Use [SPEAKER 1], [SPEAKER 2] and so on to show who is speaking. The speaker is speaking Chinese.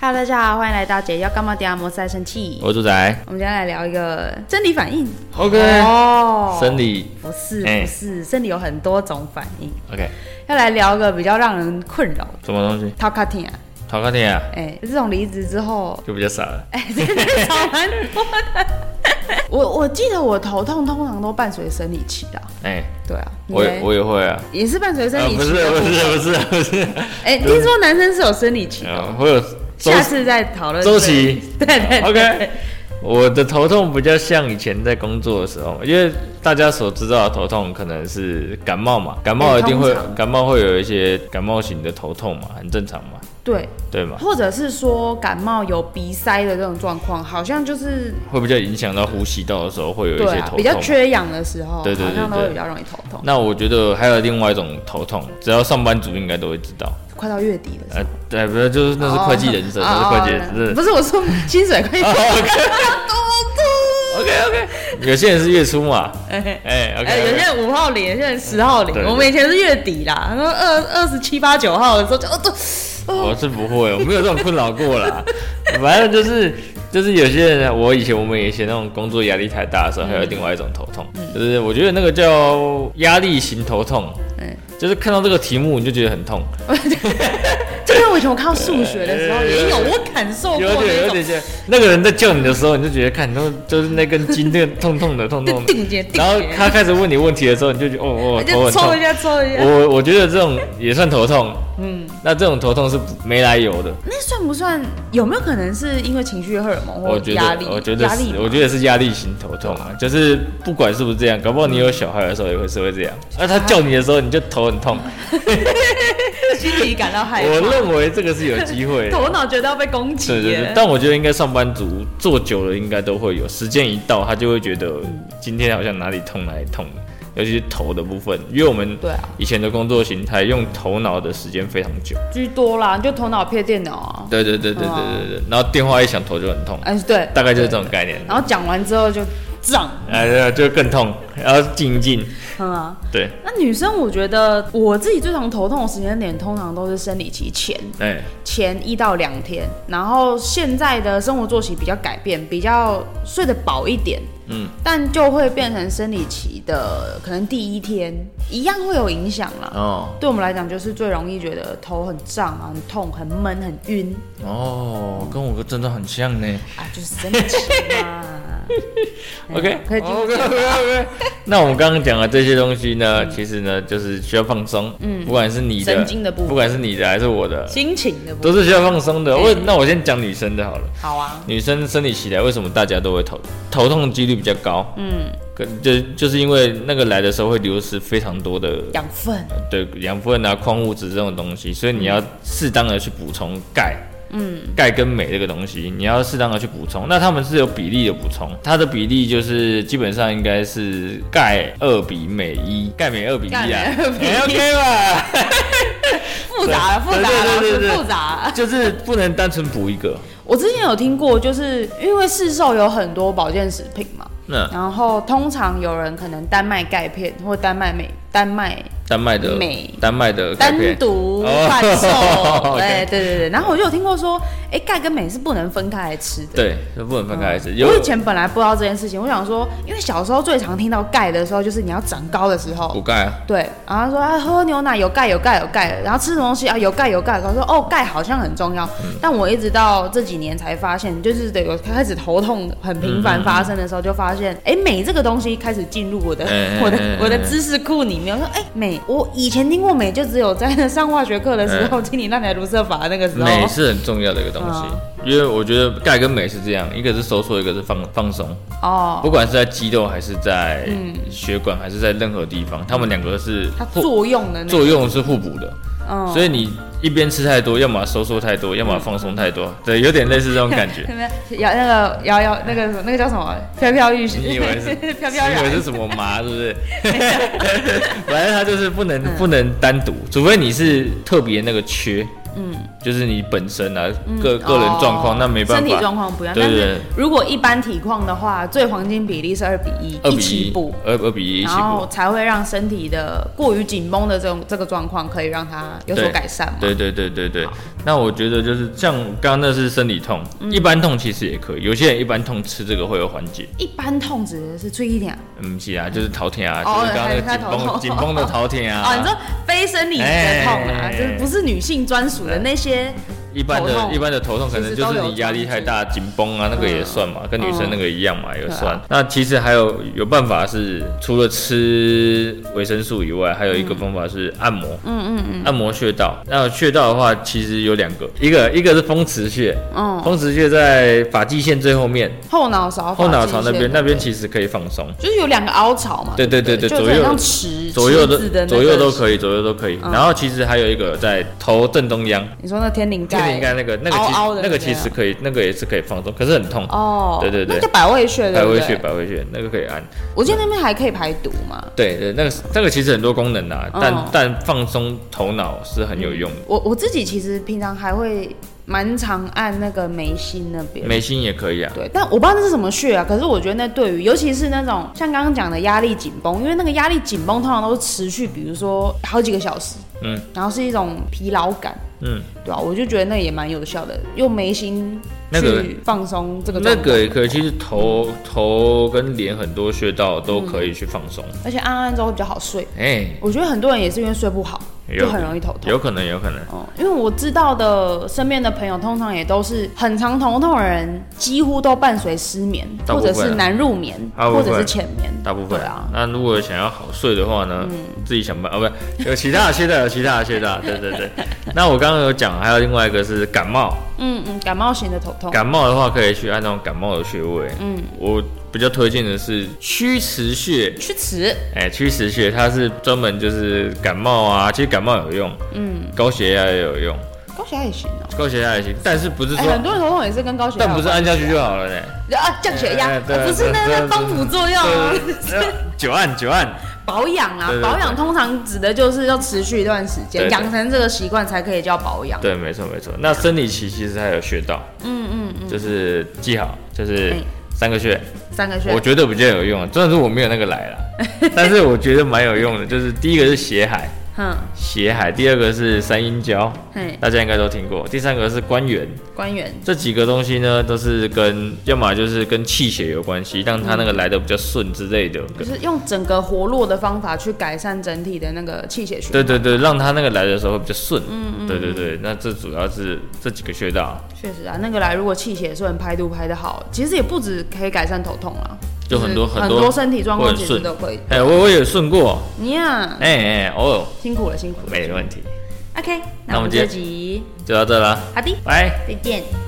[SPEAKER 1] Hello，大家好，欢迎来到解忧干嘛点摩赛生气。
[SPEAKER 2] 我是猪仔
[SPEAKER 1] 我们今天来聊一个生理反应。
[SPEAKER 2] ，OK，
[SPEAKER 1] 哦
[SPEAKER 2] 生理
[SPEAKER 1] 不是
[SPEAKER 2] 哎
[SPEAKER 1] 不是，生理有很多种反应，
[SPEAKER 2] ，OK，
[SPEAKER 1] 要来聊一个比较让人困扰的。
[SPEAKER 2] 什么东西？
[SPEAKER 1] t a k a t i n 啊，
[SPEAKER 2] 陶康天啊，
[SPEAKER 1] 哎，自从离职之后，
[SPEAKER 2] 就比较傻了。
[SPEAKER 1] 哎，真的少蛮多的。 我我记得我头痛通常都伴随生理期的，
[SPEAKER 2] 哎、
[SPEAKER 1] 对啊，
[SPEAKER 2] 我
[SPEAKER 1] 你嘞
[SPEAKER 2] 也我也会啊，
[SPEAKER 1] 也是伴随生
[SPEAKER 2] 啊
[SPEAKER 1] 理
[SPEAKER 2] 不
[SPEAKER 1] 期
[SPEAKER 2] 是
[SPEAKER 1] 的部
[SPEAKER 2] 不
[SPEAKER 1] 分。
[SPEAKER 2] 是不是不是，
[SPEAKER 1] 哎，听说男生是有生理期的
[SPEAKER 2] 啊
[SPEAKER 1] 哦，
[SPEAKER 2] 会有周
[SPEAKER 1] 下次再讨论
[SPEAKER 2] 周期
[SPEAKER 1] 对对对
[SPEAKER 2] OK，我的头痛比较像以前在工作的时候，因为大家所知道的头痛可能是感冒嘛，感冒一定会、
[SPEAKER 1] 哎通常
[SPEAKER 2] 感冒会有一些感冒型的头痛嘛，很正常嘛，
[SPEAKER 1] 对，
[SPEAKER 2] 对嘛，
[SPEAKER 1] 或者是说感冒有鼻塞的这种状况，好像就是
[SPEAKER 2] 会比较影响到呼吸道的时候会有一
[SPEAKER 1] 对
[SPEAKER 2] 些
[SPEAKER 1] 啊，
[SPEAKER 2] 头
[SPEAKER 1] 比较
[SPEAKER 2] 痛。
[SPEAKER 1] 缺氧的时候，
[SPEAKER 2] 对对对
[SPEAKER 1] 好像都会
[SPEAKER 2] 对
[SPEAKER 1] 比较容易头痛。
[SPEAKER 2] 那我觉得还有另外一种头痛，只要上班族应该都会知道，
[SPEAKER 1] 快到月底了，
[SPEAKER 2] 呃，对，不是，就是那是会计人生，
[SPEAKER 1] 哦
[SPEAKER 2] 那是会计人
[SPEAKER 1] 哦
[SPEAKER 2] 生。
[SPEAKER 1] 不是我说薪水会
[SPEAKER 2] OK OK，有些人是月初嘛，
[SPEAKER 1] 哎哎，
[SPEAKER 2] 哎
[SPEAKER 1] 有些
[SPEAKER 2] OK，
[SPEAKER 1] 人五号领，有些人十号
[SPEAKER 2] 对
[SPEAKER 1] 领。
[SPEAKER 2] 对
[SPEAKER 1] 我们以前是月底啦，然后二二十七八九号的时候就哦，对，哦
[SPEAKER 2] 我是不会，我没有这种困扰过啦。反正就是就是有些人，我以前我们以前那种工作压力太大的时候，还有另外一种头痛，就是我觉得那个叫压力型头痛，
[SPEAKER 1] 哎，
[SPEAKER 2] 就是看到这个题目你就觉得很痛，
[SPEAKER 1] 这个我以前我看到数学的时候
[SPEAKER 2] 呃
[SPEAKER 1] 也有，我感受过
[SPEAKER 2] 有点
[SPEAKER 1] 那
[SPEAKER 2] 有点
[SPEAKER 1] 种
[SPEAKER 2] 像那个人在叫你的时候，你就觉得看，然后就是那根筋，那个痛痛的，痛痛的。
[SPEAKER 1] 定结定
[SPEAKER 2] 然后
[SPEAKER 1] 结，
[SPEAKER 2] 他开始问你问题的时候，你就觉得哦哦，头
[SPEAKER 1] 就
[SPEAKER 2] 很
[SPEAKER 1] 抽
[SPEAKER 2] 痛
[SPEAKER 1] 一。下抽一下，
[SPEAKER 2] 我我觉得这种也算头痛，
[SPEAKER 1] 嗯。
[SPEAKER 2] 那这种头痛是没来由的，
[SPEAKER 1] 那算不算？有没有可能是因为情绪荷尔蒙或
[SPEAKER 2] 我觉
[SPEAKER 1] 压力？
[SPEAKER 2] 得，我觉得
[SPEAKER 1] 压力
[SPEAKER 2] 是，
[SPEAKER 1] 嘛，
[SPEAKER 2] 我觉得是压力型头痛啊，就是不管是不是这样，搞不好你有小孩的时候也会是会这样，那他叫你的时候你就头很痛，
[SPEAKER 1] 心里感到害
[SPEAKER 2] 我
[SPEAKER 1] 怕，
[SPEAKER 2] 认为这个是有机会的，
[SPEAKER 1] 头脑觉得要被攻击
[SPEAKER 2] 对对对
[SPEAKER 1] 耶，。
[SPEAKER 2] 但我觉得应该上班族做久了应该都会有，时间一到他就会觉得嗯今天好像哪里痛哪里痛，尤其是头的部分，因为我们
[SPEAKER 1] 对啊，
[SPEAKER 2] 以前的工作形态用头脑的时间非常久，
[SPEAKER 1] 居多啦，就头脑骗电脑啊。
[SPEAKER 2] 对对对对对对对，啊然后电话一响头就很痛，
[SPEAKER 1] 哎，对，
[SPEAKER 2] 大概就是这种概念。
[SPEAKER 1] 然后讲完之后就胀，
[SPEAKER 2] 哎，对啊就更痛，然后静一静。
[SPEAKER 1] 嗯啊。
[SPEAKER 2] 对，
[SPEAKER 1] 那女生，我觉得我自己最常头痛的时间点，通常都是生理期前
[SPEAKER 2] 哎，
[SPEAKER 1] 前一到两天。然后现在的生活作息比较改变，比较睡得饱一点，
[SPEAKER 2] 嗯，
[SPEAKER 1] 但就会变成生理期的可能第一天一样会有影响啦。
[SPEAKER 2] 哦，
[SPEAKER 1] 对我们来讲，就是最容易觉得头很胀啊、很痛、很闷、很晕
[SPEAKER 2] 哦，跟我真的很像呢。
[SPEAKER 1] 啊，就是生理期 嘛。哎
[SPEAKER 2] OK，哦
[SPEAKER 1] 可以继续
[SPEAKER 2] OK OK OK。那我们刚刚讲的这些东西呢，其实呢就是需要放松，嗯，不管是你
[SPEAKER 1] 嗯
[SPEAKER 2] 的
[SPEAKER 1] 神经的部分
[SPEAKER 2] 不管是你的还是我的，
[SPEAKER 1] 心情的不
[SPEAKER 2] 都是需要放松的。
[SPEAKER 1] 嗯
[SPEAKER 2] 我那我先讲女生的好了，
[SPEAKER 1] 好啊，
[SPEAKER 2] 女生生理期来为什么大家都会头头痛的几率比较高？
[SPEAKER 1] 嗯，
[SPEAKER 2] 跟就就是因为那个来的时候会流失非常多的
[SPEAKER 1] 养分，
[SPEAKER 2] 对养分啊、矿物质这种东西，所以你要适当的去补充钙。嗯，钙跟镁这个东西，你要适当的去补充。那他们是有比例的补充，它的比例就是基本上应该是钙二比镁一，钙镁二比一啊，
[SPEAKER 1] 钙镁2比一
[SPEAKER 2] 哎 OK 吧？
[SPEAKER 1] 复杂了，复
[SPEAKER 2] 对
[SPEAKER 1] 杂了，老
[SPEAKER 2] 对对
[SPEAKER 1] 师
[SPEAKER 2] 对对
[SPEAKER 1] 复杂了。
[SPEAKER 2] 就是不能单纯补一个。
[SPEAKER 1] 我之前有听过，就是因为市售有很多保健食品嘛，
[SPEAKER 2] 那
[SPEAKER 1] 然后通常有人可能单卖钙片或单卖镁、单卖
[SPEAKER 2] 丹麦的
[SPEAKER 1] 镁
[SPEAKER 2] 丹麦的钙
[SPEAKER 1] 单
[SPEAKER 2] 片，
[SPEAKER 1] 独
[SPEAKER 2] 哦
[SPEAKER 1] 贩售，
[SPEAKER 2] OK
[SPEAKER 1] 哎，对对对。然后我就有听过说，哎，钙跟镁是不能分开来吃的。
[SPEAKER 2] 对，是不能分开来吃。有
[SPEAKER 1] 我以前本来不知道这件事情，我想说，因为小时候最常听到钙的时候，就是你要长高的时
[SPEAKER 2] 补
[SPEAKER 1] 候，
[SPEAKER 2] 钙啊，
[SPEAKER 1] 对，然后他说啊喝牛奶有钙有钙有钙，然后吃什么东西啊有钙有钙，我说哦钙好像很重要，
[SPEAKER 2] 嗯
[SPEAKER 1] 但我一直到这几年才发现，就是得有开始头痛很频繁发生的时候，就发现哎镁这个东西开始进入我的
[SPEAKER 2] 哎哎
[SPEAKER 1] 我的
[SPEAKER 2] 哎哎
[SPEAKER 1] 我的知识库里面，我说哎镁，我以前听过镁就只有在那上化学课的时候，听你那台卢瑟法那个时候，
[SPEAKER 2] 镁是很重要的一个东西，
[SPEAKER 1] 嗯
[SPEAKER 2] 因为我觉得钙跟镁是这样，一个是收缩，一个是放放松。
[SPEAKER 1] 哦，
[SPEAKER 2] 不管是在肌肉还是在血管，还是在任何地方，它们两个是
[SPEAKER 1] 它
[SPEAKER 2] 互
[SPEAKER 1] 作用嗯的那个，
[SPEAKER 2] 作用是互补的。
[SPEAKER 1] 嗯
[SPEAKER 2] 所以你一边吃太多，要么收缩太多，要么放松太多，对，有点类似这种感 觉。
[SPEAKER 1] 那边摇那个摇摇那个那个叫什么飘飘欲仙，
[SPEAKER 2] 你以为是
[SPEAKER 1] 飘飘
[SPEAKER 2] 你以为
[SPEAKER 1] 然
[SPEAKER 2] 是什么麻，是不 是？
[SPEAKER 1] 嗯
[SPEAKER 2] 反正它就是不能不能单独，除非你是特别那个缺，嗯，就是你本身啊，个个人状
[SPEAKER 1] 嗯
[SPEAKER 2] 况，
[SPEAKER 1] 哦
[SPEAKER 2] 那没办
[SPEAKER 1] 身体
[SPEAKER 2] 法，
[SPEAKER 1] 状况不一样。
[SPEAKER 2] 对对
[SPEAKER 1] 但是如果一般体况的话，最黄金比例是二比一，
[SPEAKER 2] 二比
[SPEAKER 1] 起哦
[SPEAKER 2] 一
[SPEAKER 1] 步，，
[SPEAKER 2] 二二比一一起
[SPEAKER 1] 然后
[SPEAKER 2] 补，
[SPEAKER 1] 才会让身体的过于紧绷的这种这个状况可以让它有所
[SPEAKER 2] 对
[SPEAKER 1] 改善嘛。
[SPEAKER 2] 对对对对对。那我觉得就是像刚刚那是生理痛，
[SPEAKER 1] 嗯
[SPEAKER 2] 一般痛其实也可以，有些人一般痛吃这个会有缓解。
[SPEAKER 1] 一般痛指是最一点
[SPEAKER 2] 嗯，是啊，就是头痛啊，
[SPEAKER 1] 哦
[SPEAKER 2] 就是刚刚那个
[SPEAKER 1] 还有还
[SPEAKER 2] 紧
[SPEAKER 1] 有头
[SPEAKER 2] 绷
[SPEAKER 1] 痛
[SPEAKER 2] 紧绷的头痛
[SPEAKER 1] 哦，你
[SPEAKER 2] 啊。
[SPEAKER 1] 说非生理的痛啊，
[SPEAKER 2] 哎
[SPEAKER 1] 就是不是女性专属的那些
[SPEAKER 2] 一般
[SPEAKER 1] 头
[SPEAKER 2] 的
[SPEAKER 1] 痛
[SPEAKER 2] 一般的头痛可能就是你压力太大，紧绷啊，那个也
[SPEAKER 1] 嗯
[SPEAKER 2] 算嘛，跟女生那个一样嘛，也
[SPEAKER 1] 啊
[SPEAKER 2] 算。那其实还有有办法是，除了吃维生素以外，还有一
[SPEAKER 1] 嗯
[SPEAKER 2] 个方法是按摩。嗯嗯嗯。按摩穴道，那穴道的话，其实有两个，一个一个是风池穴，
[SPEAKER 1] 嗯
[SPEAKER 2] 风池穴在发际线最后面，
[SPEAKER 1] 后脑勺、
[SPEAKER 2] 后脑勺那边，那边
[SPEAKER 1] 其
[SPEAKER 2] 其实可以放松。
[SPEAKER 1] 就是有两个凹槽嘛。
[SPEAKER 2] 对对对对
[SPEAKER 1] 就有
[SPEAKER 2] 左右
[SPEAKER 1] 点像池
[SPEAKER 2] 左右
[SPEAKER 1] 池子的那个
[SPEAKER 2] 都
[SPEAKER 1] 嗯
[SPEAKER 2] 左右都可以，左右都可以。然后其实还有一个在头正中央，
[SPEAKER 1] 你说那天灵盖，
[SPEAKER 2] 天灵盖那个那个其
[SPEAKER 1] 凹凹的
[SPEAKER 2] 那个
[SPEAKER 1] 那个
[SPEAKER 2] 其实可以，那个也是可以放松，可是很痛。
[SPEAKER 1] 哦，
[SPEAKER 2] 对对对
[SPEAKER 1] 那叫百会穴，对
[SPEAKER 2] 百
[SPEAKER 1] 不
[SPEAKER 2] 会
[SPEAKER 1] 对
[SPEAKER 2] 穴，百会穴那个可以按。
[SPEAKER 1] 我记得那边还可以排毒嘛。
[SPEAKER 2] 对对，那个那个其实很多功能啊，
[SPEAKER 1] 嗯
[SPEAKER 2] 但但放松头脑是很有用的。
[SPEAKER 1] 我我自己其实平常还会蛮常按那个眉心那边。
[SPEAKER 2] 眉心也可以啊，
[SPEAKER 1] 对，但我不知道那是什么穴啊。可是我觉得那对于，尤其是那种像刚刚讲的压力紧绷，因为那个压力紧绷通常都是持续，比如说好几个小时，
[SPEAKER 2] 嗯，
[SPEAKER 1] 然后是一种疲劳感，
[SPEAKER 2] 嗯，
[SPEAKER 1] 对啊，我就觉得那也蛮有效的，用眉心
[SPEAKER 2] 那个
[SPEAKER 1] 去放松这个
[SPEAKER 2] 那
[SPEAKER 1] 状态
[SPEAKER 2] 个也可以。其实头头跟脸很多穴道都可以去放松。
[SPEAKER 1] 而且按按之后比较好睡。
[SPEAKER 2] 哎，
[SPEAKER 1] 我觉得很多人也是因为睡不好，
[SPEAKER 2] 有
[SPEAKER 1] 嗯就很容易头痛。
[SPEAKER 2] 有可能，有可能。
[SPEAKER 1] 哦，因为我知道的身边的朋友，通常也都是很常头痛的人，几乎都伴随失眠，
[SPEAKER 2] 大
[SPEAKER 1] 或
[SPEAKER 2] 部分
[SPEAKER 1] 者
[SPEAKER 2] 啊
[SPEAKER 1] 是难入眠，
[SPEAKER 2] 大部
[SPEAKER 1] 或
[SPEAKER 2] 分
[SPEAKER 1] 者是浅眠。
[SPEAKER 2] 大部分
[SPEAKER 1] 对啊，嗯
[SPEAKER 2] 那如果想要好睡的话呢，自己想办啊，不是有其他的穴道，有其他的穴道， 对对对。那我刚刚有讲，还有另外一个是感冒，
[SPEAKER 1] 嗯嗯，感冒型的头痛，
[SPEAKER 2] 感冒的话可以去按那种感冒的穴位。嗯，我比较推荐的是曲池穴，
[SPEAKER 1] 去齿
[SPEAKER 2] 哎，曲池穴它是专门就是感冒啊，其实感冒有用，嗯，高血压也有用，
[SPEAKER 1] 高血压也行哦。
[SPEAKER 2] 高血压也行，但是不是
[SPEAKER 1] 哎、
[SPEAKER 2] 说，
[SPEAKER 1] 很多人头痛也是跟高血压有
[SPEAKER 2] 但
[SPEAKER 1] 关，
[SPEAKER 2] 不是按下去就好了呢？
[SPEAKER 1] 啊降血压，
[SPEAKER 2] 哎对
[SPEAKER 1] 不是那
[SPEAKER 2] 对
[SPEAKER 1] 那帮辅作用啊，
[SPEAKER 2] 对，对对久按久按，
[SPEAKER 1] 保养啊
[SPEAKER 2] 对，对
[SPEAKER 1] 保养通常指的就是要持续一段时
[SPEAKER 2] 对
[SPEAKER 1] 间，
[SPEAKER 2] 对
[SPEAKER 1] 养成这个习惯才可以叫保养。
[SPEAKER 2] 对，没错没错。那生理期其实还有穴道，嗯嗯嗯，就是记好，就是
[SPEAKER 1] 哎
[SPEAKER 2] 三个穴，
[SPEAKER 1] 三个
[SPEAKER 2] 我
[SPEAKER 1] 穴，
[SPEAKER 2] 觉得比较有用。虽然说我没有那个来 啦，但是我觉得蛮有用的。就是第一个是血海，
[SPEAKER 1] 嗯，
[SPEAKER 2] 血海；第二个是三阴交，
[SPEAKER 1] 嘿，
[SPEAKER 2] 大家应该都听过；第三个是关元。
[SPEAKER 1] 官员，
[SPEAKER 2] 这几个东西呢，都是跟要么就是跟气血有关系，让它那个来的比较顺之类的。
[SPEAKER 1] 就是用整个活络的方法去改善整体的那个气血循环。
[SPEAKER 2] 对对对，让它那个来的时候会比较顺。嗯嗯。对对对，那这主要是这几个穴道。
[SPEAKER 1] 确实啊，那个来如果气血顺、排毒排得好，其实也不止可以改善头痛啦，
[SPEAKER 2] 就很多
[SPEAKER 1] 是很
[SPEAKER 2] 很多
[SPEAKER 1] 身体状况其
[SPEAKER 2] 会
[SPEAKER 1] 实
[SPEAKER 2] 很顺
[SPEAKER 1] 都可以。
[SPEAKER 2] 哎、我我也顺过，
[SPEAKER 1] 你呀，
[SPEAKER 2] 哎、哎、偶尔
[SPEAKER 1] 辛苦了，辛苦了。
[SPEAKER 2] 没问题，
[SPEAKER 1] OK，
[SPEAKER 2] 那
[SPEAKER 1] 那我
[SPEAKER 2] 我们
[SPEAKER 1] 们
[SPEAKER 2] 今
[SPEAKER 1] 这
[SPEAKER 2] 天
[SPEAKER 1] 集
[SPEAKER 2] 就到这啦，
[SPEAKER 1] 好的，
[SPEAKER 2] 拜。
[SPEAKER 1] 再见。